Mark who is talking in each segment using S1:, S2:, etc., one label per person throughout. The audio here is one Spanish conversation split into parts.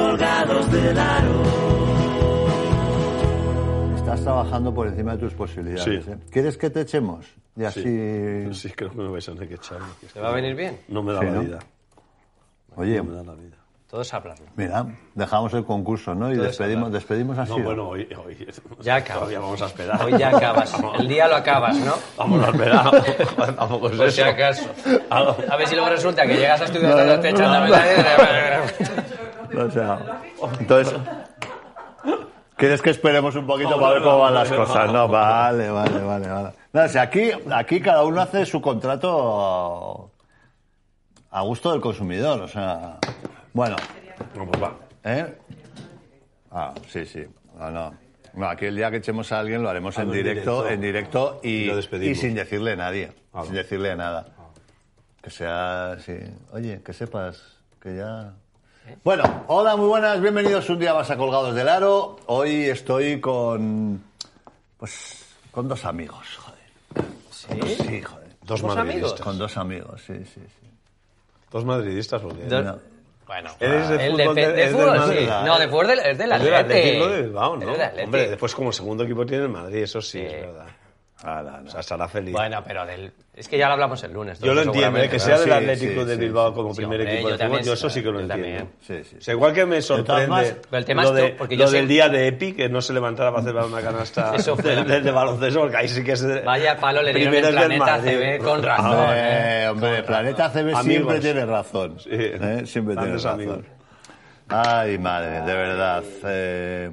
S1: colgados del aro.
S2: Estás trabajando por encima de tus posibilidades.
S3: Sí.
S2: ¿eh? ¿Quieres que te echemos? Y así.
S3: Sí, sí, creo que me vais a tener que echar. porque es
S4: ¿Te
S3: que
S4: va a venir bien?
S3: No me da
S2: Sí,
S3: la
S2: ¿no?
S3: vida.
S2: Oye,
S3: No me da la vida.
S4: Todos hablarlo.
S2: mira, dejamos el concurso, ¿no? Y
S4: Entonces,
S2: despedimos,
S4: habla.
S2: despedimos así.
S3: No, bueno, hoy, hoy
S4: Ya acabas.
S3: todavía vamos a esperar.
S4: Hoy ya acabas. El día lo acabas, ¿no?
S3: Vamos a esperar. Tampoco es
S4: Por si
S3: eso.
S4: acaso.
S3: Ah,
S4: A ver si luego resulta que llegas a estudiar hasta las fechas de la mañana.
S2: O sea, entonces, ¿quieres que esperemos un poquito para ver cómo van las cosas? No, vale, vale, vale, vale. Nada, si aquí, aquí cada uno hace su contrato a gusto del consumidor, o sea, bueno,
S3: No, pues va.
S2: ¿eh? Ah, sí, sí, no, no. No, aquí el día que echemos a alguien lo haremos en
S3: Ah, en
S2: directo,
S3: directo.
S2: en directo y,
S3: Y lo despedimos. Ah,
S2: y sin decirle a nadie, sin decirle nada. Que sea, sí. Oye, que sepas que ya... Bueno, hola, muy buenas, bienvenidos un día más a Colgados del Aro. Hoy estoy con... Pues con dos amigos, joder. ¿Sí? Sí, joder.
S3: Dos
S4: ¿Somos
S3: madridistas.
S2: Con dos amigos, sí, sí, sí.
S3: Dos madridistas, porque.
S4: Dos-
S2: No.
S4: Bueno,
S3: Eres de
S4: el
S3: fútbol
S4: depe-
S3: de-
S4: de
S3: es del
S4: fútbol,
S3: Madrid.
S4: sí. No, de fútbol del- es del
S3: Es del
S4: Atleti.
S3: Atlético de Bilbao, ¿no?
S4: Es del Atleti.
S3: Hombre, después como segundo equipo tiene el Madrid, eso sí, es verdad.
S2: Ala, Ah, no.
S3: O sea, estará feliz.
S4: Bueno, pero del... es que ya lo hablamos el lunes. todo
S3: yo lo
S4: eso
S3: entiendo, ¿eh?
S4: seguramente,
S3: que
S4: ¿no?
S3: sea del
S2: Sí,
S3: Atlético
S2: sí,
S3: de
S2: sí,
S3: Bilbao
S2: sí.
S3: como
S4: Sí,
S3: primer
S4: hombre,
S3: equipo
S4: yo
S3: de fútbol,
S4: también
S3: yo eso
S4: sé,
S3: sí que lo
S4: yo
S3: entiendo.
S4: también.
S2: Sí, sí.
S3: O sea, igual que me sorprende
S2: formas,
S4: pero el tema
S3: lo,
S4: es
S3: de-
S4: tú, porque
S3: lo
S4: yo sé-
S3: del día de Epi, que no se levantara para hacer una canasta
S4: Eso fue
S3: de,
S4: la-
S3: de- de baloncesto, porque ahí sí que es... de-
S4: Vaya palo le dieron
S3: primero
S4: el
S3: es del
S4: planeta
S3: Madrid.
S4: CB con razón.
S2: Hombre, hombre, Planeta CB
S3: eh, Amigos.
S2: siempre tiene razón.
S3: Sí.
S2: ¿eh? Siempre tiene
S3: Grandes
S2: razón.
S3: amigos.
S2: Ay, madre, de verdad. eh,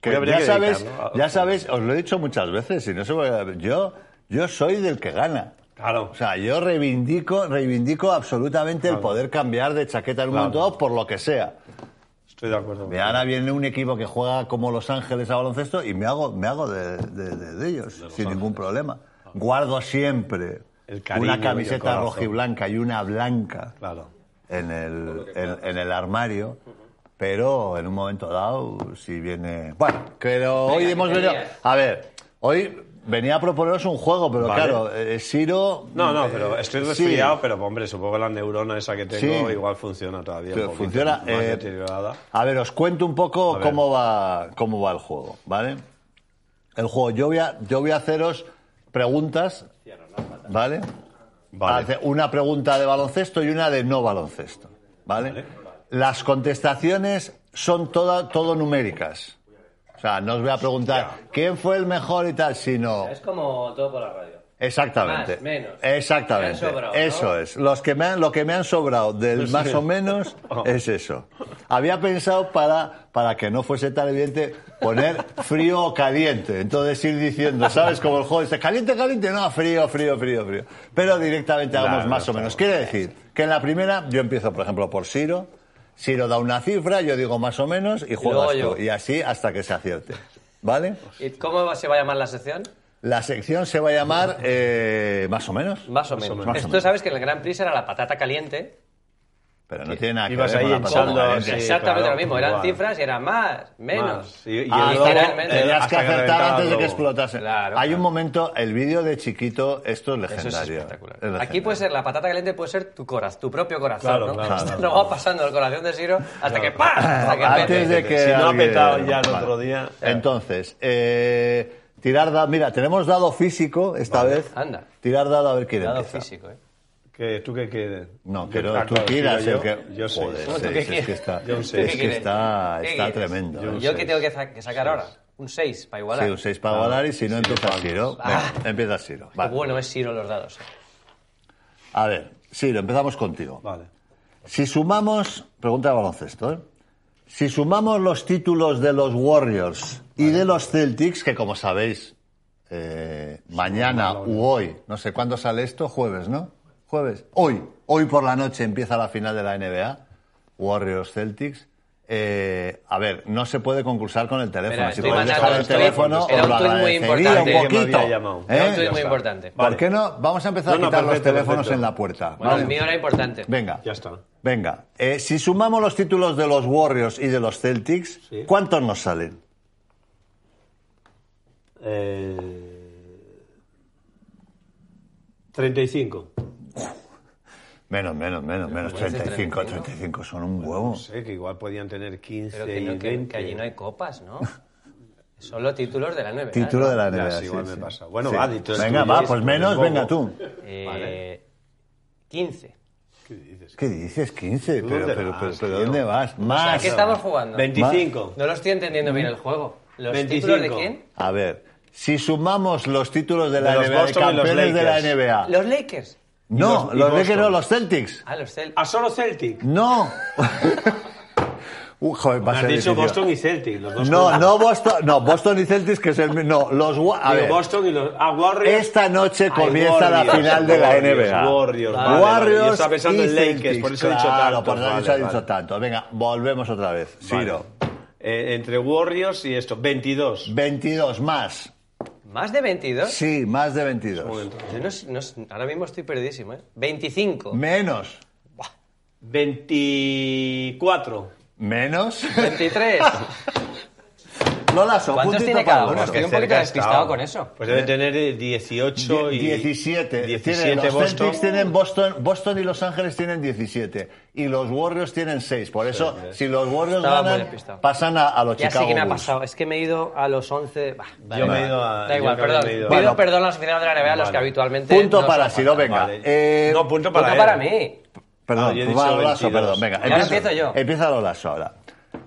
S2: que
S3: Hoy habría
S2: ya,
S3: que
S2: sabéis,
S3: dedicarlo a-
S2: ya sabéis, os lo he dicho muchas veces, y no se puede- yo, yo soy del que gana.
S3: Claro.
S2: O sea, yo reivindico, reivindico absolutamente el poder cambiar de chaqueta en un momento dado por lo que sea.
S3: Estoy de acuerdo.
S2: Y ahora viene un equipo que juega como Los Ángeles a baloncesto y me hago, me hago de, de- de- de ellos, sin ningún problema. Guardo siempre
S3: El cariño y
S2: una
S3: el
S2: camiseta
S3: corazón.
S2: rojiblanca y una blanca
S3: Claro.
S2: en, el, en, en el armario, pero en un momento dado, si viene... Bueno, pero hoy
S4: ¿qué
S2: hemos venido...
S4: tenías?
S2: A ver, hoy venía a proponeros un juego, pero
S3: Vale.
S2: claro, eh, Siro...
S3: No, no,
S2: eh,
S3: pero estoy
S2: sí.
S3: resfriado, pero hombre, supongo que la neurona esa que tengo
S2: Sí.
S3: igual funciona todavía. un
S2: Pero
S3: poquito,
S2: funciona.
S3: más
S2: eh,
S3: deteriorada.
S2: a ver, os cuento un poco
S3: ver.
S2: cómo va, cómo va el juego, ¿vale? El juego, yo voy a, yo voy a haceros preguntas, ¿vale?
S3: Vale.
S2: Hace Una pregunta de baloncesto y una de no baloncesto, ¿vale?
S3: Vale.
S2: Las contestaciones son toda, todo numéricas. O sea, no os voy a preguntar quién fue el mejor y tal, sino...
S5: Es como todo por la radio.
S2: Exactamente.
S5: Más, menos.
S2: Exactamente.
S5: Me han sobrado, ¿no?
S2: eso es. Los que me han- lo que me han sobrado del más o menos
S5: Oh.
S2: es eso. Había pensado para, para que no fuese tan evidente poner frío o caliente. Entonces ir diciendo, ¿sabes? Como el juego dice, caliente, caliente, no, frío, frío, frío, frío. Pero directamente hagamos
S3: no
S2: más o
S3: está
S2: menos. Quiere decir que en la primera yo empiezo, por ejemplo, por Siro. Siro da una cifra, yo digo más o menos y juegas
S4: luego
S2: tú.
S4: yo.
S2: Y así hasta que se acierte. ¿Vale?
S4: ¿Y cómo va- se va a llamar la sección?
S2: La sección se va a llamar eh, más o menos.
S4: Más o menos.
S2: menos. Más o
S4: Esto
S2: menos.
S4: sabes que en el Gran Prix era la patata caliente.
S2: Pero no tiene nada que ver
S3: Ibas
S2: con
S3: ahí
S2: la ¿eh?
S3: echando,
S2: patata.
S3: Sí,
S4: Exactamente
S3: claro,
S4: lo mismo. Eran
S3: igual.
S4: cifras y eran más, menos.
S3: Más. Y- y
S2: Ah,
S3: el
S2: luego
S4: literalmente.
S2: tenías
S3: hasta
S2: que
S3: que
S2: acertar
S3: reventaba
S2: antes de que
S3: luego.
S2: explotase.
S4: Claro,
S2: Hay
S4: claro.
S2: un momento, el vídeo de chiquito, esto es
S4: Eso
S2: legendario.
S4: es espectacular.
S2: Es legendario.
S4: Aquí puede ser la patata caliente, puede ser tu corazón, tu propio corazón.
S3: Claro,
S4: ¿no?
S3: claro,
S4: Hasta
S3: claro.
S4: luego va pasando el corazón de Siro hasta que ¡pam! Hasta que
S2: Antes de
S4: pete.
S2: que
S3: Si no ha
S2: alguien-
S3: petado ya el otro día.
S2: Entonces, eh, tirar dado. Mira, tenemos dado físico esta vez.
S4: Anda.
S2: Tirar dado a ver quién
S4: Dado
S2: empieza.
S4: físico, ¿eh?
S3: ¿Qué- ¿Tú qué quieres?
S2: No,
S3: Yo-
S2: pero
S3: ah,
S2: tú
S3: claro,
S2: tiras
S3: yo-
S2: el que.
S3: Yo soy.
S2: Joder,
S4: ¿Tú qué
S2: seis, es
S4: quieres?
S2: que está,
S3: Yo un
S2: es
S3: seis.
S4: ¿Tú qué
S2: que
S4: quieres?
S2: está,
S4: ¿Qué
S2: está
S4: quieres?
S2: tremendo.
S3: Yo- Un
S4: ¿Yo qué
S3: seis.
S4: tengo que, sa- que sacar ahora? Un 6 para igualar.
S2: Sí, un 6 para igualar y si no, empieza Siro. Venga, Empieza Siro.
S4: Qué
S2: Vale.
S4: Ah. Pues bueno es Siro los dados. ¿eh?
S2: A ver, Siro, empezamos contigo.
S3: Vale.
S2: Si sumamos, pregunta de baloncesto, ¿eh? si sumamos los títulos de los Warriors y de los Celtics, que como sabéis, eh, mañana u hoy, no sé cuándo sale esto, jueves, ¿no? Jueves, hoy, hoy por la noche empieza la final de la NBA, Warriors Celtics. Eh, a ver, no se puede concursar con el teléfono.
S4: Espera,
S2: si
S4: estoy
S2: podéis dejar
S4: mandando-
S2: el
S4: estoy-
S2: teléfono,
S4: era
S2: os lo
S4: un tuit muy
S2: agradecería
S4: importante.
S2: un
S4: Que me
S2: poquito.
S3: había llamado.
S2: ¿eh?
S4: Era un tuit
S3: Ya
S4: muy
S3: está.
S4: importante.
S2: ¿Por
S3: Vale.
S2: qué no? Vamos a empezar
S3: No, no,
S2: a quitar los
S3: perfecto,
S2: teléfonos
S3: perfecto.
S2: en la puerta.
S4: Bueno,
S2: ¿vale?
S4: el mío era importante.
S2: Venga.
S3: Ya está.
S2: Venga. Eh, si sumamos los títulos de los Warriors y de los Celtics,
S3: Sí.
S2: ¿cuántos nos salen?
S3: Eh, 35.
S2: Menos, menos, menos, menos.
S4: puede ser
S2: 35,
S4: 35.
S2: 35 son un huevo.
S3: No sé, que igual podían tener 15
S4: Pero que, no-
S3: y
S4: que-
S3: 20.
S4: que allí no hay copas, ¿no? Solo títulos de la NBA.
S2: Título de la
S3: Ya,
S2: NBA.
S3: sí, igual me pasa. Bueno, va, di tú el
S2: Venga,
S3: tuyo
S2: va,
S3: y
S2: pues
S3: el
S2: menos,
S3: bobo.
S2: venga tú.
S4: Eh, 15.
S3: ¿Qué dices?
S2: ¿Qué dices? 15,
S3: ¿Tú
S2: pero,
S3: dónde
S2: pero,
S3: vas,
S2: pero, pero
S3: tío?
S2: ¿dónde vas?
S4: ¿A
S2: Más.
S4: qué estamos jugando?
S3: 25.
S4: No lo estoy entendiendo bien el juego. ¿Los
S3: 25.
S4: títulos de quién?
S2: A ver, si sumamos los títulos de la
S3: los
S2: NBA, de
S3: Boston y los
S2: campeones de la
S3: Lakers.
S2: NBA.
S4: Los Lakers.
S2: No, los,
S3: los- y
S2: Lakers
S3: Boston.
S2: no, los Celtics.
S4: Ah, los Celtics.
S3: ¿A solo Celtic?
S2: No. Uh, joder, va a
S3: Has
S2: ser
S3: dicho
S2: difícil.
S3: Boston y Celtic, los dos.
S2: No,
S3: juntos.
S2: no Boston, no Boston y Celtics que es el mi- no, los Wa- a
S3: Digo,
S2: ver,
S3: Boston y los. Ah, Warriors.
S2: esta noche
S3: Ay,
S2: comienza la
S3: Warriors,
S2: final de la
S3: Warriors,
S2: NBA.
S3: Warriors, vale, vale. Yo
S2: Warriors
S3: estaba pensando
S2: y
S3: en Lakers,
S2: Celtics,
S3: por eso he dicho
S2: claro,
S3: tantos,
S2: por eso
S3: vale,
S2: se ha
S3: vale.
S2: dicho tanto. Venga, volvemos otra vez.
S3: Vale.
S2: Ciro,
S3: Eh, entre Warriors y esto, 22.
S2: 22 más.
S4: ¿Más de 22?
S2: Sí, más de 22.
S4: Yo no s- no s- ahora mismo estoy perdidísimo, ¿eh? 25.
S2: Menos.
S3: 24.
S2: Menos.
S4: 23.
S2: Lola, son
S4: ¿Cuántos
S2: puntito
S4: tiene
S2: para
S4: cada uno?
S2: Lola.
S4: Estoy un
S3: cerca
S4: poquito
S3: he
S4: despistado
S3: estado.
S4: con eso.
S3: Pues debe tener eh, 18 y.
S2: 17.
S3: 17
S2: Tienen- los
S3: Boston.
S2: Celtics tienen Boston, Boston y Los Ángeles tienen 17. Y los Warriors tienen 6. Por eso, si los Warriors
S4: Estaba muy
S2: ganan,
S4: despistado.
S2: pasan a, a los
S4: Ya
S2: Chicago
S4: sé que me ha
S2: Bulls.
S4: pasado. Es que me he ido a los 11. Bah,
S3: Yo me he ido a.
S4: da
S3: yo
S4: igual,
S3: creo que
S4: perdón.
S3: me he
S4: Pido
S3: ido a-
S4: perdón a los aficionados de la NBA, los que
S3: Vale.
S4: habitualmente.
S2: Punto
S4: no
S2: para
S4: son
S2: Siro,
S4: fan.
S2: venga.
S3: Vale.
S2: Eh,
S3: no, punto para él.
S4: Punto para mí.
S2: Perdón,
S3: Ah, yo he
S2: pues
S3: dicho
S2: va Lolaso,
S3: 22.
S2: perdón. Venga,
S4: Y ahora empiezo yo.
S2: Empieza Lolaso ahora.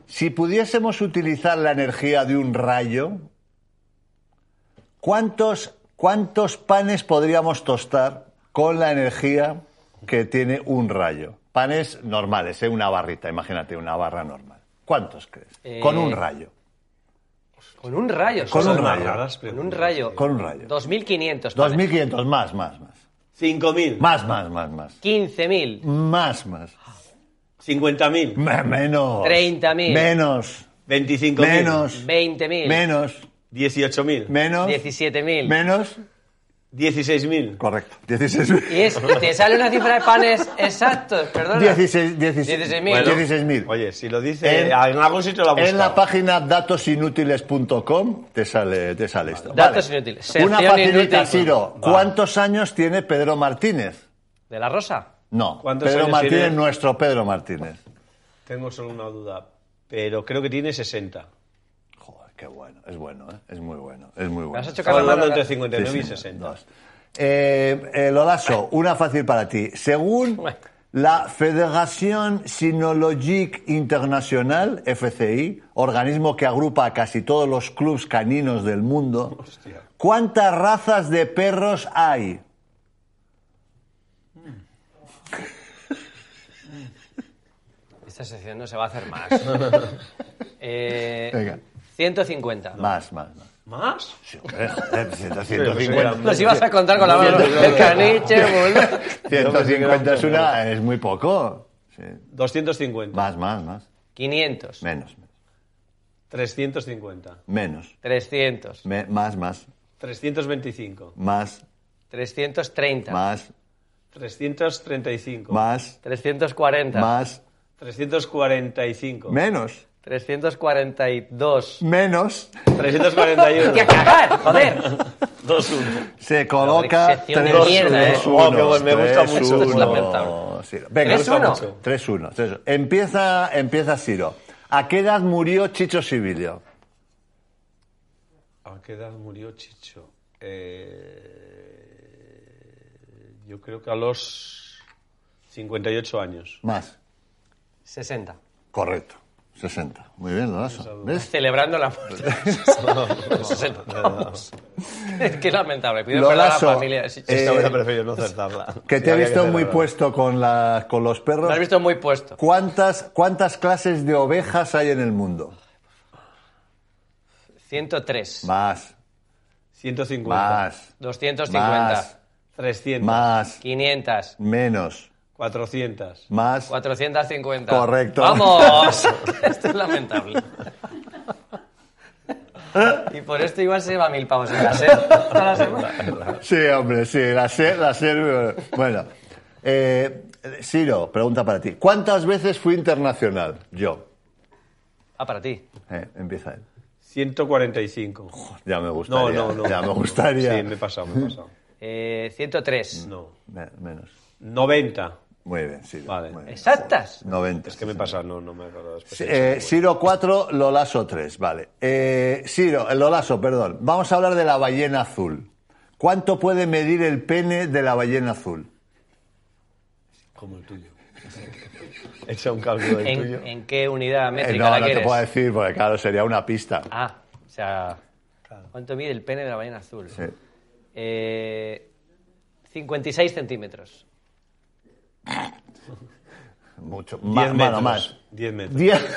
S2: Si pudiésemos utilizar la energía de un rayo, ¿cuántos, cuántos panes podríamos tostar con la energía que tiene un rayo? Panes normales, ¿eh? una barrita, imagínate, una barra normal. ¿Cuántos crees?
S4: Eh,
S2: Con un rayo.
S4: Con un rayo.
S2: Con
S4: solo.
S2: un rayo.
S3: raras
S4: Con un rayo.
S2: Con un rayo.
S4: 2.500. padre.
S2: 2.500, más, más, más.
S3: 5.000.
S2: Más, más, más, más.
S4: 15.000.
S2: Más, más.
S3: 50.000.
S2: Me- Menos.
S4: 30.000.
S2: Menos.
S3: 25.000.
S2: Menos.
S4: 20.000.
S2: Menos.
S3: 18.000.
S2: Menos.
S4: 17.000.
S2: Menos.
S3: 16.000.
S2: Correcto. 16.000.
S4: Y es, te sale una cifra de panes exactos, perdona.
S2: 16, 16,
S4: 16.000.
S2: bueno,
S4: Bueno,
S2: 16.000.
S3: Oye, si lo dice,
S2: En-
S3: en algún sitio lo ha
S2: en la
S3: buscado.
S2: página datosinútiles.com te sale, te sale esto.
S4: Datos inútiles.
S2: Una
S4: Sección
S2: facilita,
S4: inútil.
S2: Ciro.
S3: Va.
S2: ¿Cuántos años tiene Pedro Martínez?
S4: ¿De la rosa?
S2: No,
S3: ¿Cuántos
S2: Pedro
S3: años
S2: Martínez,
S3: tiene?
S2: nuestro Pedro Martínez.
S3: Tengo solo una duda, pero creo que tiene 60.
S2: Joder, qué bueno. Es bueno, ¿eh? Es muy bueno. Es muy
S4: Me has
S2: bueno.
S4: hecho
S3: Estaba
S4: cagar la
S3: hablando
S4: mano.
S3: entre 59 y
S2: Sí,
S3: 60.
S2: dos. Eh, eh, Lolaso, una fácil para ti. Según la Federación Sinologique Internacional, FCI, organismo que agrupa a casi todos los clubs caninos del mundo,
S3: Hostia.
S2: ¿cuántas razas de perros hay?
S4: Esta sección no se va a hacer más. eh,
S2: Venga.
S4: 150.
S2: Más, más, más.
S3: ¿Más?
S2: Sí, hombre, joder, ciento-
S3: Pero pues era
S2: 150.
S4: Los ibas a contar con la mano. El caniche, boludo.
S2: 150 es una... es muy poco. Sí.
S3: 250.
S2: Más, más, más.
S4: 500.
S2: Menos,
S3: 350.
S2: menos.
S4: 300.
S2: Me- más, más,
S3: 325.
S2: más,
S4: 330.
S2: más,
S3: 335.
S2: más,
S4: 340.
S2: más,
S3: 345.
S2: menos,
S4: 342.
S2: menos.
S3: 341.
S4: ¡Qué cagar! ¡Joder!
S3: 21.
S2: Se coloca
S4: sección de
S2: 3
S4: mierda, ¿eh?
S3: Oh, qué bueno, me gusta mucho, es
S4: lamentable.
S2: Venga,
S4: Tres, uno.
S2: 3-1. 3-1. Empieza, empieza Ciro. ¿A qué edad murió Chicho Sibilio?
S3: ¿A qué edad murió Chicho? Eh, yo creo que a los 58 años.
S2: Más.
S4: 60.
S2: Correcto. 60. Muy bien, Lorazo. ¿Ves?
S4: Celebrando la muerte. Los 60. Vamos. Es que lamentable. Pido
S2: Lo
S4: perdón a la
S2: lazo.
S4: familia. de Chicho.
S2: Eh,
S3: hubiera preferido no acertarla.
S2: Que te he
S3: Había
S2: visto muy
S3: acertarla.
S2: puesto con, la, con los
S4: Me
S2: perros.
S4: has visto muy puesto.
S2: ¿Cuántas, ¿Cuántas clases de ovejas hay en el mundo?
S4: 103.
S2: Más,
S3: 150.
S2: más,
S4: 250.
S2: más,
S3: 300.
S2: más,
S4: 500.
S2: menos,
S3: 400.
S2: más.
S4: 450.
S2: Correcto.
S4: ¡Vamos! esto es lamentable. Y por esto igual se va mil pavos en ¿eh? la SER toda la semana.
S2: Sí, hombre, sí, la ser, la ser. Bueno, eh, Ciro, pregunta para ti. ¿Cuántas veces fui internacional? Yo.
S4: Ah, para ti.
S2: Eh, empieza él.
S3: 145.
S2: Ya me gustaría.
S3: No, no, no.
S2: Ya me gustaría.
S3: Sí, me he pasado, me he pasado.
S4: Eh, 103.
S3: No.
S2: Me- menos.
S3: 90.
S2: Muy bien, Siro.
S3: Vale.
S2: muy bien.
S4: ¿Exactas?
S2: 90.
S3: Es que me pasa, no, no me acuerdo. después.
S2: Eh, Siro 4, Lolaso 3, vale. Eh, Siro, eh, Lolaso, perdón. Vamos a hablar de la ballena azul. ¿Cuánto puede medir el pene de la ballena azul?
S3: Como el tuyo. Echa un cálculo del
S4: ¿En,
S3: tuyo.
S4: en qué unidad
S2: Eh,
S4: métrica
S2: no,
S4: la
S2: no te
S4: quieres?
S2: puedo decir, porque claro, sería una pista.
S4: Ah, o sea, ¿cuánto mide el pene de la ballena azul?
S2: Sí.
S4: Eh, 56 centímetros.
S2: Mucho.
S3: Diez
S2: Más, más,
S3: metros.
S2: más.
S3: 10 metros.
S2: Diez.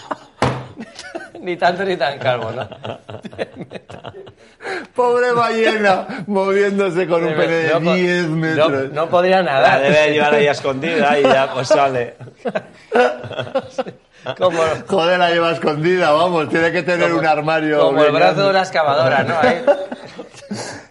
S4: ni tanto ni tan calvo, ¿no?
S2: Pobre ballena, moviéndose con un pene de
S4: No po-
S2: 10
S4: no-
S2: metros.
S4: No, podría
S3: La
S4: nadar.
S3: debe llevar ahí a escondida y ya pues sale.
S4: Como,
S2: Joder, la lleva escondida, vamos, tiene que tener un armario.
S4: como el
S2: bien
S4: brazo de
S2: grande.
S4: una excavadora, ¿no? Ahí.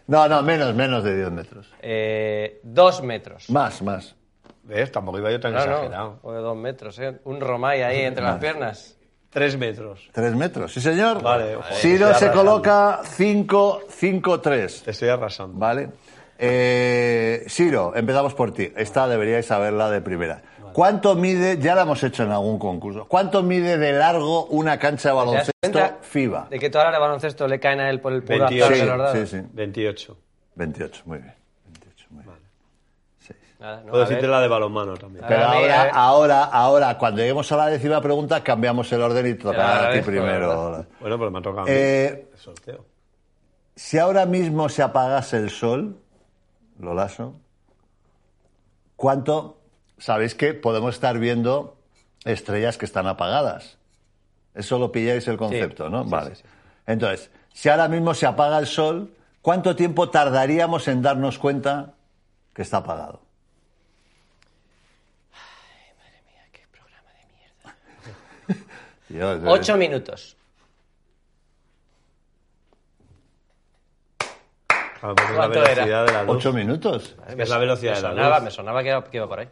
S2: No, no, menos, menos de 10 metros.
S4: Eh, dos metros.
S2: Más, más.
S3: ¿Ves? Tampoco iba yo tan
S4: No, no,
S3: exagerado.
S4: o de dos metros, ¿eh? Un romay ahí entre las piernas.
S3: 3 metros.
S2: Tres metros, sí señor.
S3: Vale, joder,
S2: Siro
S3: estoy
S2: se
S3: arrasando.
S2: coloca 5, 5, 3.
S3: Te estoy arrasando.
S2: Vale. Eh, Siro, empezamos por ti. Esta deberíais saberla de primera. ¿Cuánto mide, ya la hemos hecho en algún concurso, cuánto mide de largo una cancha de
S4: ¿Te das
S2: baloncesto
S4: cuenta
S2: FIBA?
S4: De que toda la hora de baloncesto le caen a él por el puro
S3: 28.
S4: azar
S2: Sí,
S4: de los dados.
S2: sí, sí.
S3: 28.
S2: 28, muy bien. 28, muy bien.
S4: Nada, no,
S3: Puedo
S4: a ver.
S3: decirte la de balonmano también.
S4: A ver.
S2: Pero
S4: Ahora
S2: ahora,
S4: mira, eh.
S2: ahora, ahora, cuando lleguemos a la décima pregunta, cambiamos el orden y
S4: Te la
S2: tocará a ti
S4: agradezco,
S2: primero.
S4: la
S2: Lola.
S3: Bueno, pues me ha tocado a mí
S2: Eh,
S3: el sorteo.
S2: si ahora mismo se apagase el sol, Lolaso, ¿cuánto? Sabéis que podemos estar viendo estrellas que están apagadas. Eso lo pilláis el concepto, ¿no? vale. Entonces, si ahora mismo se apaga el sol, ¿cuánto tiempo tardaríamos en darnos cuenta que está apagado? Ay, madre mía, qué programa de mierda.
S4: Ocho minutos.
S3: Claro, porque es la
S4: ¿Cuánto era?
S3: velocidad de la luz.
S2: ¿Ocho minutos?
S3: Es que es la velocidad
S4: me
S3: de la
S4: sonaba,
S3: luz.
S4: me sonaba que iba, que iba por ahí.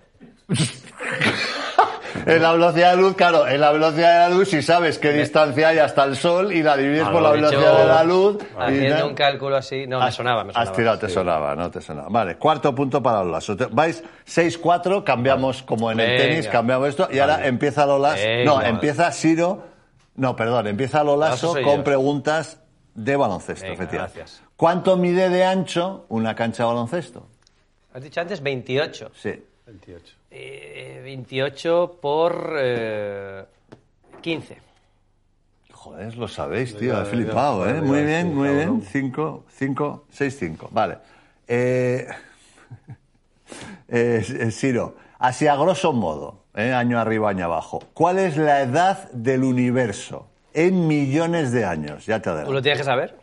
S2: Es la velocidad de la luz, claro, es la velocidad de la luz si sabes qué distancia hay hasta el sol y la divides
S3: Ah,
S2: por la
S3: lo he dicho-
S2: velocidad de la luz. y
S4: Haciendo
S2: na-
S4: un cálculo así. No, me
S2: Has-
S4: sonaba, me sonaba.
S2: Has tirado, te sonaba, no te sonaba. Vale, cuarto punto para Lolas. Te- Vais 6-4, cambiamos como en el
S4: Ah, Venga.
S2: tenis, cambiamos esto y ahora empieza Lolas.
S4: Venga,
S2: No,
S4: vale.
S2: empieza Siro. No, perdón, empieza Lolaso
S4: Lolaso soy
S2: con
S4: yo.
S2: preguntas de baloncesto,
S4: Venga,
S2: efectivamente.
S4: gracias.
S2: ¿Cuánto mide de ancho una cancha de baloncesto?
S4: Has dicho antes 28.
S2: Sí.
S3: 28.
S4: Eh, 28 por eh, 15.
S2: Joder, lo sabéis, tío. He
S3: ya,
S2: flipado,
S3: ya,
S2: ¿eh?
S3: ya,
S2: Muy
S3: ya,
S2: bien,
S3: sí,
S2: muy bien.
S3: cabrón.
S2: 5, 5, 6, 5. Vale. Eh, eh, eh, Siro, así a grosso modo, ¿eh? año arriba, año abajo, ¿cuál es la edad del universo en millones de años? Ya te
S4: ¿Tú lo
S2: adelanto.
S4: tienes que saber?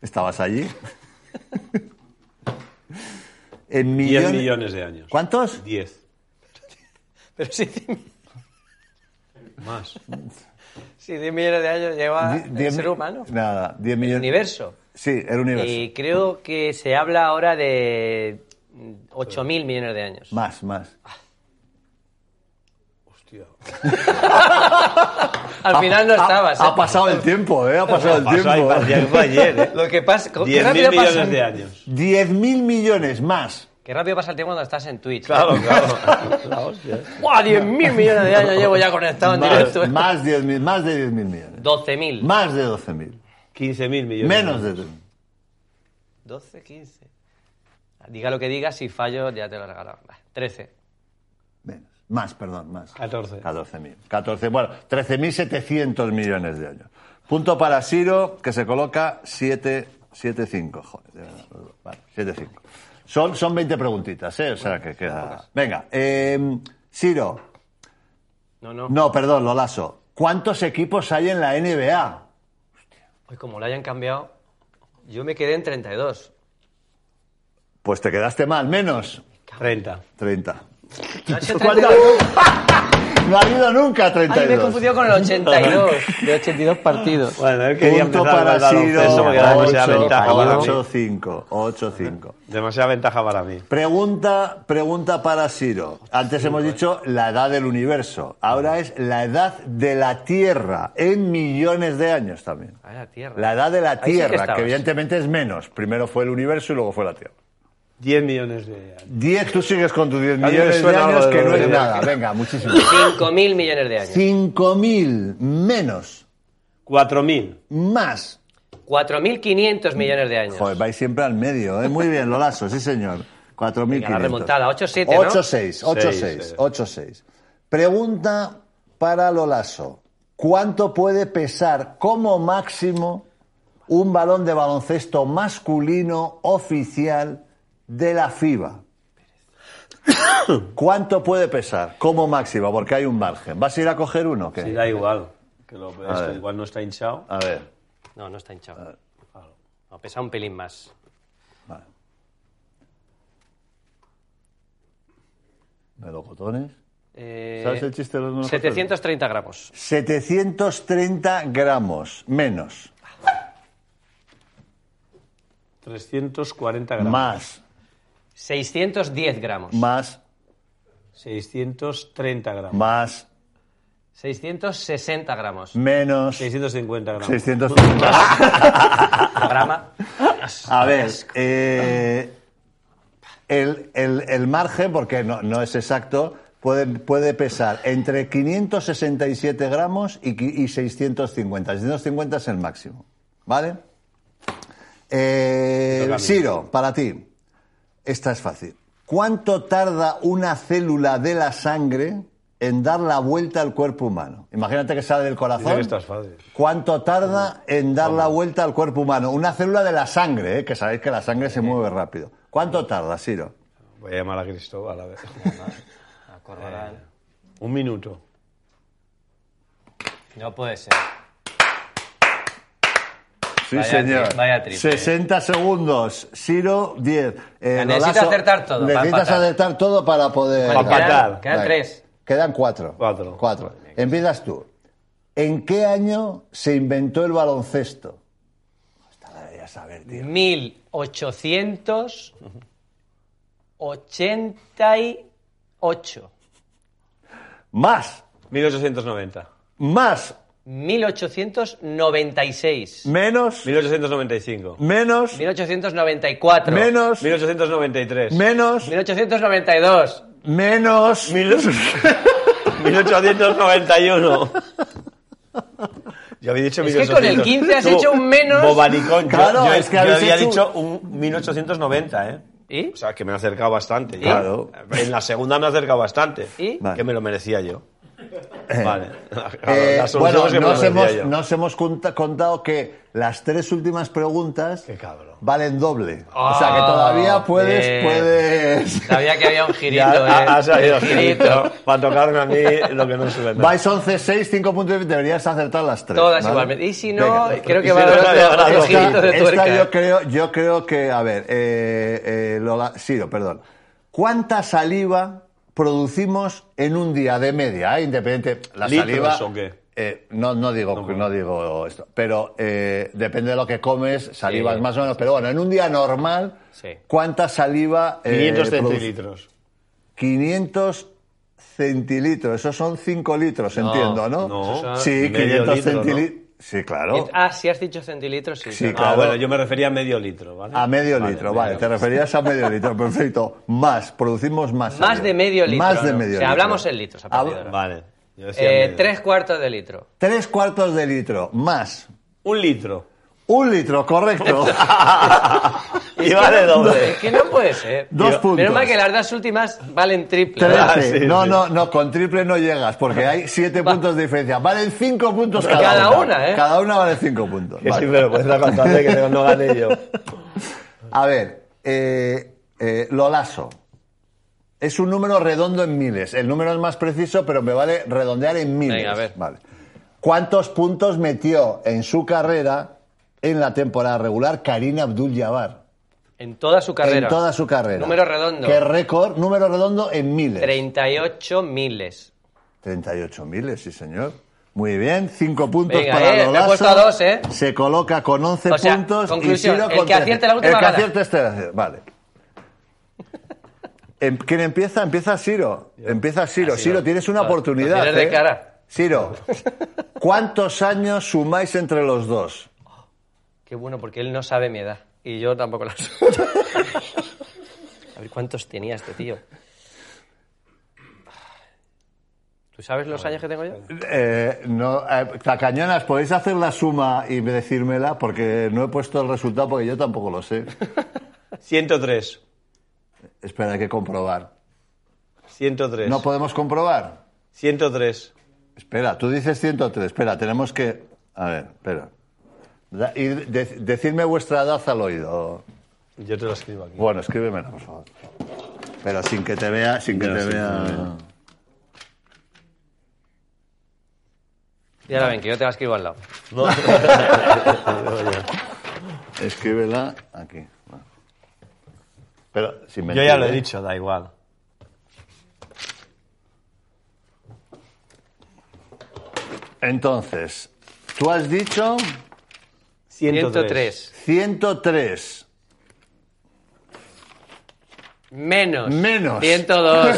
S2: ¿Estabas allí? en
S3: 10
S2: millones...
S3: millones de años.
S2: ¿Cuántos?
S3: 10.
S4: Pero si 10
S3: Más.
S4: si 10 millones de años lleva
S2: Die- diez
S4: Ah, el ser
S2: mi-
S4: humano.
S2: Nada, 10
S4: El
S2: millones...
S4: universo.
S2: Sí, el universo.
S4: Y creo que se habla ahora de 8.000 millones de años.
S2: Más, más.
S3: Hostia.
S4: Al final no
S2: Ha-
S4: estabas.
S2: Ha,
S4: ¿eh?
S2: pasado el tiempo, ¿eh? Ha pasado el
S3: Pasó
S2: tiempo.
S3: ahí, parecía que fue ayer, ¿eh?
S4: Lo que pasa... qué
S3: 10.000
S4: rápido pasa-
S3: millones de años.
S2: 10.000 millones más.
S4: Qué rápido pasa el tiempo cuando estás en Twitch.
S3: Claro, claro. La hostia. ¿eh?
S4: ¡Buah! 10.000 millones de años llevo ya conectado en directo.
S2: Más, más 10.000, más de 10.000 millones.
S4: 12.000.
S2: Más de 12.000.
S3: 15.000 millones.
S2: Menos de 10.000.
S4: 12, 15. Diga lo que diga, si fallo ya te lo he regalado. Va, 13.
S2: Menos. Más, perdón, más.
S3: 14.
S2: 14.000. 14, bueno, 13.700 millones de años. Punto para Siro, que se coloca 7, 7.5. Joder, de verdad. Vale, 7.5. Son, son 20 preguntitas, ¿eh? O sea, que queda... Venga, eh, Siro,
S4: No, no.
S2: no, perdón, Lolaso. ¿Cuántos equipos hay en la NBA?
S4: Uy, como lo hayan cambiado, yo me quedé en 32.
S2: Pues te quedaste mal, menos
S3: 30.
S2: 30.
S4: No, ha sido
S2: ¿Cuánto?
S4: 32.
S2: No ha habido nunca
S4: Ay,
S2: 32.
S4: me he confundido con el 82. De 82 partidos.
S3: Bueno, él quería
S2: Punto
S3: empezar con el
S2: para Siro,
S3: baloncesto porque era demasiada ventaja para mí.
S2: 8-5, 8-5.
S3: Demasiada ventaja para mí.
S2: Pregunta, pregunta para Siro. Antes hemos
S3: pues.
S2: dicho la edad del universo. Ahora es la edad de la Tierra en millones de años también.
S4: A ver, la tierra.
S2: La edad de la
S4: Ahí sí que
S2: Tierra, que
S4: estabas.
S2: evidentemente es menos. Primero fue el universo y luego fue la Tierra.
S3: 10 millones de años.
S2: 10, tú sigues con tus 10
S3: mí me
S2: millones de
S3: suena algo
S2: años
S3: de
S2: que no es
S3: los-
S2: nada. Venga, muchísimo.
S4: 5.000 millones de años.
S2: 5.000 menos,
S3: 4.000.
S2: más.
S4: 4.500 millones de años.
S2: Joder, vais siempre al medio, ¿eh? Muy bien, Lolaso, sí señor. 4.500.
S4: Venga, la remontada, 8-7, ¿no?
S2: 8-6, 8-6,
S3: sí.
S2: 8-6. Pregunta para Lolaso. ¿Cuánto puede pesar como máximo un balón de baloncesto masculino oficial de la FIBA? ¿Cuánto puede pesar como máximo? Porque hay un margen. ¿Vas a ir a coger uno o qué?
S3: Sí, da igual. Que lo, es que
S2: ver.
S3: igual no está hinchado.
S2: A ver.
S4: No, no está hinchado. No, pesa un pelín más.
S2: ¿Melocotones?
S4: Eh,
S2: ¿Sabes el chiste de los melocotones?
S4: 730 gramos.
S2: 730 gramos menos,
S3: 340 gramos.
S2: más,
S4: 610 gramos.
S2: más,
S3: 630 gramos.
S2: más,
S4: 660 gramos.
S2: menos,
S3: 650 gramos.
S2: 630.
S4: Grama.
S2: A ver, eh, el, el- el margen, porque no, no es exacto, puede, puede pesar entre 567 gramos y, qui- y 650. 650 es el máximo, ¿vale? Eh,
S3: Toca a mí.
S2: Siro, para ti, esta es fácil. ¿Cuánto tarda una célula de la sangre en dar la vuelta al cuerpo humano? Imagínate que sale del corazón.
S3: Dice que estás fácil.
S2: ¿Cuánto tarda en dar la vuelta al cuerpo humano? Una célula de la sangre, ¿eh? que sabéis que la sangre se mueve rápido. ¿Cuánto tarda, Siro?
S3: Voy a llamar a Cristóbal a ver.
S4: A Corbalán.
S3: Un minuto.
S4: No puede ser.
S2: Eh, Sí,
S4: Vaya tri- vaya triste.
S2: 60 segundos. Siro, 10. Eh,
S4: Necesito acertar todo para
S2: Necesitas
S4: empatar.
S2: acertar todo para poder...
S4: Para
S3: empatar.
S4: quedan- Quedan
S2: Venga.
S4: tres.
S2: Quedan cuatro.
S3: Cuatro.
S2: Cuatro. Empiezas tú. ¿En qué año se inventó el baloncesto? Esta la deberías saber, tío.
S4: 1888.
S2: Más,
S3: 1890.
S2: más, Mm.
S4: 1896.
S2: menos,
S3: 1895.
S2: menos,
S4: 1894.
S2: menos,
S3: 1893.
S2: menos,
S4: 1892.
S2: menos...
S3: 1891. Yo había dicho
S4: Es que con el 15 has hecho un menos.
S3: Bobanicón. Yo-
S2: Claro,
S3: yo,
S2: es que
S3: yo
S2: habéis
S3: había
S2: hecho-
S3: dicho un 1890, ¿eh?
S4: ¿Y?
S3: O sea, que me he acercado bastante. ya.
S2: Claro.
S3: En la segunda me he acercado bastante.
S4: ¿Y?
S2: Vale.
S3: Que me lo merecía yo. Vale. Claro,
S2: Eh,
S3: la solución
S2: bueno,
S3: es que me lo
S2: nos
S3: merecía
S2: hemos,
S3: yo.
S2: nos hemos conta- contado que las tres últimas preguntas
S3: Qué cabrón.
S2: valen doble. o
S4: Ah,
S2: sea que todavía puedes,
S4: bien.
S2: puedes.
S4: Sabía que había un girito,
S3: Ya
S4: ¿eh?
S3: ha, ha salido
S4: Un girito.
S3: Para tocarme a mí lo que no sube. nada.
S2: Vais 11, 6, 5 puntos y deberías acertar las tres.
S4: Todas
S2: ¿vale?
S4: igualmente. Y si no,
S2: Venga.
S4: creo que
S3: Y si
S4: va a
S3: no, no
S4: haber otro,
S3: había
S4: otro
S3: ganado.
S4: girito de
S2: Esta
S4: tuerca.
S2: yo creo, yo creo que, a ver, eh, eh, Lola, Siro, perdón. ¿Cuánta saliva producimos en un día de media? eh? Independiente, la
S3: ¿Litros
S2: saliva.
S3: o qué?
S2: eh, no, no digo, no, digo esto, pero eh, depende de lo que comes, salivas
S4: Sí.
S2: más o menos. Pero bueno, en un día normal,
S4: Sí.
S2: ¿cuánta saliva? eh,
S3: 500
S2: produce?
S3: centilitros.
S2: 500 centilitros, esos son 5 litros, entiendo, ¿no?
S3: no.
S2: Sí,
S3: Medio
S2: 500
S3: litro, ¿no?
S2: centilitros. Sí, claro.
S4: Ah, si has dicho centilitros, sí.
S2: Sí,
S4: claro.
S2: Claro.
S3: Ah, bueno, yo me refería a Ah, medio litro, ¿vale?
S2: A medio litro, vale. Te referías a medio litro, perfecto. Más, producimos más.
S4: Más
S2: saliva.
S4: de medio litro.
S2: Más de
S4: ¿no?
S2: medio
S4: O sea,
S2: litro.
S4: hablamos en litros a partir de
S2: Habla-
S4: ahora.
S3: Vale. Yo decía
S4: Eh,
S3: medio.
S4: tres cuartos de litro.
S2: Tres cuartos de litro, más.
S3: Un litro.
S2: Un litro, correcto.
S3: Y vale
S4: Es
S3: doble.
S4: que no puede ser.
S2: Dos
S4: Pero-
S2: puntos.
S4: Menos mal que las dos últimas valen triple.
S2: Trece.
S3: Ah, sí,
S2: no,
S3: sí.
S2: no, no, con triple no llegas, porque hay siete puntos de diferencia. Valen cinco puntos cada,
S4: Cada una, ¿eh?
S2: Cada una vale cinco puntos.
S3: Que
S2: Vale.
S3: sí, pero puedes contarle que no gane yo.
S2: A ver, eh, eh, Lolaso. Es un número redondo en miles. El número es más preciso, pero me vale redondear en miles.
S4: Venga, a ver.
S2: Vale. ¿Cuántos puntos metió en su carrera en la temporada regular Karina Abdul-Jabbar?
S4: En toda su carrera.
S2: En toda su carrera.
S4: Número redondo.
S2: ¿Qué récord? Número redondo en miles.
S4: 38 miles.
S2: 38 miles, sí señor. Muy bien, cinco puntos
S4: Venga,
S2: para
S4: eh, me he
S2: Lolaso.
S4: puesto a dos, ¿eh?
S2: Se coloca con 11
S4: O sea,
S2: puntos.
S4: conclusión,
S2: y Ciro
S4: el
S2: con
S4: que
S2: 13.
S4: acierte la última
S2: El que
S4: gana.
S2: acierte este, vale. Em, ¿Quién empieza? Empieza Siro. Empieza Siro. Siro, tienes una
S4: Lo- lo
S2: oportunidad.
S4: tienes de
S2: ¿eh?
S4: cara.
S2: Siro, ¿cuántos años sumáis entre los dos?
S4: Qué bueno, porque él no sabe mi edad. Y yo tampoco la sé. A ver cuántos tenía este tío. ¿Tú sabes los años que tengo yo?
S2: Eh, no, eh, tacañonas, podéis hacer la suma y decírmela porque no he puesto el resultado porque yo tampoco lo sé.
S3: 103.
S2: Espera, hay que comprobar.
S3: 103.
S2: ¿No podemos comprobar?
S3: 103.
S2: Espera, tú dices 103. Espera, tenemos que... A ver, espera. Da- Y de- decidme vuestra edad al oído.
S3: Yo te lo escribo aquí.
S2: Bueno, escríbemela, por favor. Pero sin que te vea, sin que
S3: Ya,
S2: te
S3: sin que me
S2: vea...
S3: vea.
S4: Ya la ven, que yo te la escribo al lado.
S2: Escríbela aquí. va. Pero sin
S3: Yo
S2: mentir,
S3: ya lo he
S2: ¿eh?
S3: dicho, da igual.
S2: Entonces, tú has dicho
S4: 103.
S2: 103.
S4: Menos.
S2: Menos.
S4: 102.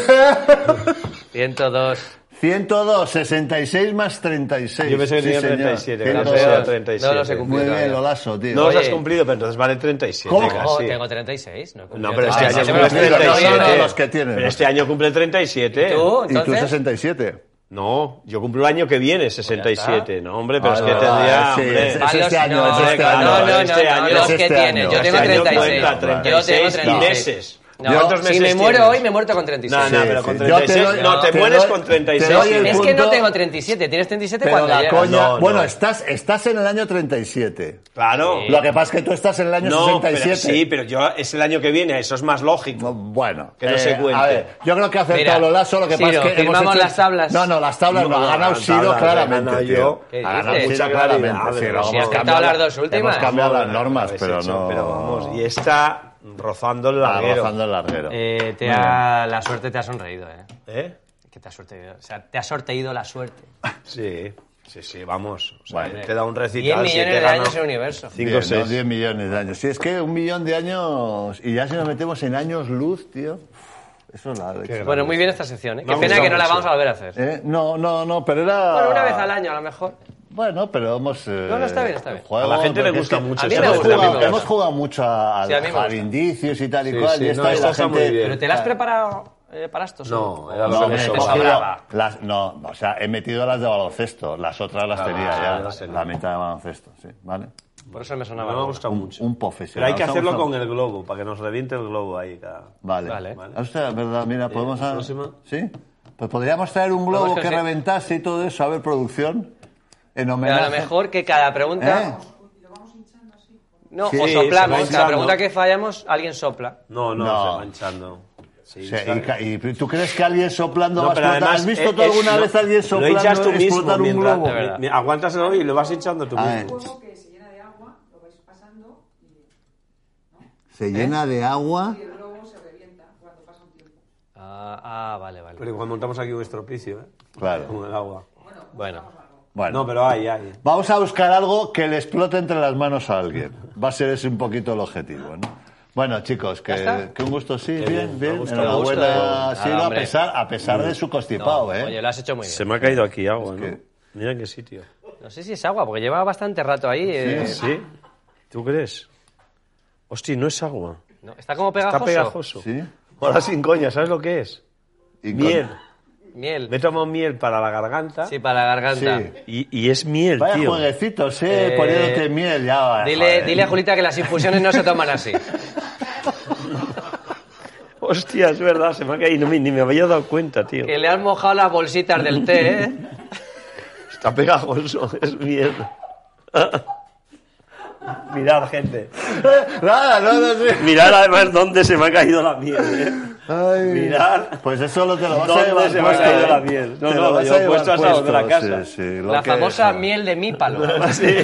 S4: 102.
S2: 102, 66 más 36.
S3: Yo pensé que
S2: Sí,
S3: tenía
S2: señor.
S3: 37,
S2: Ciento
S3: gracias.
S2: dos.
S3: Era 37.
S4: No los he
S2: Muy
S4: cumplido.
S2: bien,
S4: todavía.
S2: Lolaso, tío.
S3: No los
S4: Oye.
S3: has cumplido, pero entonces vale 37
S2: ¿Cómo?
S3: casi.
S4: Oh, tengo 36. No, he cumplido
S3: No, pero este
S2: Ah,
S3: año
S2: sí,
S3: cumple
S2: pero no, no, no,
S3: 37.
S2: los que tienen.
S3: Pero este año cumple 37.
S4: ¿Tú,
S2: y tú
S4: entonces?
S2: 67.
S3: No, yo cumplo el año que
S2: Pues
S3: viene, 67. No, hombre, pero es
S2: Ah,
S3: que
S2: ah,
S3: tendría...
S2: sí,
S3: hombre.
S2: es- es
S4: Ah,
S2: este
S4: los-
S2: año,
S4: no,
S2: es este
S4: no,
S2: año.
S4: No, no,
S3: Este
S4: no,
S3: año.
S4: los
S2: Es
S4: que
S2: este
S4: tienes.
S2: año.
S4: Yo
S2: Este
S4: tengo
S2: año
S4: 36.
S2: cuenta,
S4: yo tengo
S3: 36 y
S4: 36.
S3: meses.
S2: Yo-
S4: No, si
S3: ¿cuántos
S4: me
S3: meses
S4: muero
S3: tienes?
S4: hoy, me muerto con
S3: No,
S2: Ah,
S4: 36.
S3: no, pero con
S2: sí. Yo te
S3: 36...
S2: doy-
S3: no, te,
S2: te
S3: mueres
S2: doy-
S3: con
S2: te
S3: 36.
S2: doy el
S4: Es
S2: punto.
S4: que no tengo 37. Tienes 37
S2: Pero
S4: cuando
S2: la
S4: llegas.
S2: coña.
S3: No, no.
S2: bueno, estás, estás en el año 37.
S3: Claro.
S4: Sí.
S2: Lo que pasa es que tú estás en el año
S3: No, pero
S2: 67.
S3: sí, pero yo es el año que viene, eso es más lógico.
S2: No, Bueno, eh,
S3: Que no se cuente.
S2: A ver, yo creo que ha acertado
S4: Mira,
S2: Lolaso, lo que
S4: Ciro,
S2: pasa es que. hemos
S4: firmamos
S2: hecho-
S4: las tablas.
S2: No, no, las tablas no.
S3: No,
S2: ha ganado
S3: las
S2: Ciro
S3: tablas,
S2: claramente.
S3: he ganado
S2: tío.
S3: yo.
S4: ¿Qué
S2: Ha ganado
S4: dices?
S2: Ciro
S3: Mucha
S2: claramente.
S3: claridad,
S2: sí,
S3: pero
S2: vamos,
S3: si has
S2: hemos
S4: cantado
S2: cambiado-
S4: las dos últimas.
S2: Hemos cambiado las
S3: Bueno,
S2: normas,
S3: habéis
S2: pero
S3: hecho,
S2: no.
S3: Pero vamos, y está rozando el
S2: Ah,
S3: larguero.
S2: rozando el larguero.
S4: Eh, te ha- la suerte te ha sonreído, ¿eh?
S3: ¿Eh?
S4: Que te ha sorteído. O sea, te ha sorteído la suerte.
S3: Sí, sí, sí, vamos. O sea,
S2: Vale.
S3: Te da un
S4: 10
S3: recital.
S4: millones
S3: si te
S4: de
S3: gana-
S4: años en el universo.
S3: Cinco,
S2: Diez,
S3: seis.
S2: ¿no? Diez millones de años. Si es que un millón de años. Y ya si nos metemos en años luz, tío. uf, Eso es la leche.
S4: Bueno, muy bien esta sección, ¿eh? Qué
S3: Me ha
S4: pena
S3: gustado
S4: que no la
S3: mucho.
S4: vamos a volver a hacer.
S2: Eh, ah. No, no, no, pero era.
S4: Bueno, una vez al año, a lo mejor.
S2: Bueno, pero hemos. eh,
S4: No, no, está bien, está bien.
S2: jugado-
S3: A la gente le
S2: porque
S3: gusta
S2: es que
S3: mucho,
S4: A mí me
S2: hemos,
S4: gusta, a mí me
S2: jugado,
S4: gusta.
S2: hemos jugado mucho a,
S4: Sí, a mí me gusta.
S2: indicios y tal y
S3: Sí,
S2: cual.
S3: sí,
S2: y esta
S3: no,
S2: y
S3: esto
S2: la
S3: está
S2: gente,
S3: muy bien.
S4: ¿Pero te la has preparado eh, para esto? sí?
S3: No, era
S2: No,
S3: lo que
S2: me
S3: me
S2: he
S4: pensaba.
S3: sobraba.
S2: cogido las, no, o sea, he metido las de baloncesto, las otras las tenía
S3: vale,
S2: ya,
S3: ya Ah, las tenía.
S2: la mitad de baloncesto, sí, ¿vale?
S4: Por eso me
S3: No
S4: sonaba.
S3: me ha
S4: alguna.
S3: gustado mucho.
S2: Un profesional.
S3: Pero hay que
S2: Estamos
S3: hacerlo con
S2: hablando.
S3: el globo, para que nos reviente el globo ahí. cada-
S2: Vale.
S4: Vale.
S2: Ah, hostia, verdad, mira, podemos...
S3: Eh, la
S2: hacer-
S3: próxima.
S2: ¿Sí? Pues podríamos traer un globo
S4: Vamos
S2: que,
S4: que sí.
S2: reventase y todo eso, a ver, producción, en
S4: Pero
S2: homenaje.
S4: a lo mejor que cada
S2: ¿Eh?
S4: pregunta. No,
S2: Sí,
S4: o
S3: se va
S4: soplamos. Cada
S3: hinchando.
S4: pregunta que fallamos, alguien sopla.
S3: No, no,
S2: No.
S3: se va hinchando. Sí,
S2: O sea,
S3: está
S2: y
S3: bien.
S2: ca- y, tú crees que alguien soplando
S3: No,
S2: va a
S3: pero
S2: explotar?
S3: además,
S2: ¿Has visto
S3: eh,
S2: tú
S3: eh,
S2: alguna
S3: no,
S2: vez a alguien
S3: Lo
S2: soplando
S3: hinchas tú mismo
S2: explotar un
S3: mientras-
S2: globo?
S4: De verdad.
S3: mi- Aguántaselo y lo vas hinchando tú
S2: Ah,
S3: mismo.
S2: eh,
S5: que se llena de agua, lo vais pasando y ¿Eh?
S2: se llena de agua.
S5: el globo se revienta cuando pasa un tiempo.
S4: Ah, ah, vale, vale.
S3: Pero igual montamos aquí un estropicio, ¿eh?
S2: Claro.
S3: Con el agua.
S4: Bueno,
S2: Bueno,
S3: No, pero hay, hay.
S2: vamos a buscar algo que le explote entre las manos a alguien. Va a ser ese un poquito el objetivo, ¿no? Bueno, chicos, que,
S4: está?
S2: que un gusto, sí, bien,
S3: bien, me
S2: bien.
S3: gusta,
S4: me
S2: Enhorabuena,
S4: gusta.
S2: Siro,
S4: Ah,
S2: a
S4: hombre.
S2: pesar, a pesar de su constipado, ¿eh?
S4: oye, lo has hecho muy bien.
S3: Se me ha caído aquí agua,
S2: Es
S3: ¿no?
S2: que-
S3: Mira qué sitio.
S4: No sé si es agua, porque lleva bastante rato ahí. eh,
S3: ¿Sí? ¿Tú crees? Hostia, no es agua.
S4: no, está como pegajoso.
S3: Está pegajoso.
S2: Sí.
S3: Ahora sin coña, ¿sabes lo que es?
S2: Y con-
S3: Miel. Me he
S4: Miel.
S3: tomado miel para la garganta
S4: Sí, para la garganta.
S2: Sí.
S3: y, y es miel,
S2: Vaya
S3: tío.
S2: jueguecitos, eh,
S4: Eh,
S2: poniéndote miel, ya va,
S4: Dile,
S2: joder.
S4: dile a Julita que las infusiones no se toman así.
S3: Hostia, es verdad, se me ha caído. No me- Ni me había dado cuenta, tío.
S4: Que le han mojado las bolsitas del té, ¿eh?
S3: Está pegajoso, es miel. Mirad, gente.
S2: Nada, no, no, sí.
S3: Mirad además dónde se me ha caído la miel. ¿eh?
S2: Ay.
S3: Mirad.
S2: Pues eso lo te lo vas a
S3: ¿Dónde
S2: llevar
S3: se me ha
S2: puesto,
S3: caído
S2: eh?
S3: la miel? No,
S2: Te
S3: no,
S2: lo vas
S3: yo
S2: a
S3: he
S2: llevar
S3: puesto hasta
S2: puesto,
S3: otra casa.
S2: sí, sí, lo
S4: La
S2: que-
S4: famosa miel de mípalo.
S3: Sí.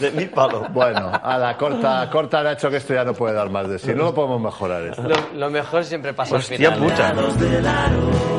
S3: De mi palo.
S2: Bueno, a la corta, corta Nacho, que esto ya no puede dar más de sí. No lo podemos mejorar eh. esto.
S4: Lo, lo mejor siempre pasa
S3: Hostia
S4: al final. ¿eh?
S3: puta.
S1: lados del aro.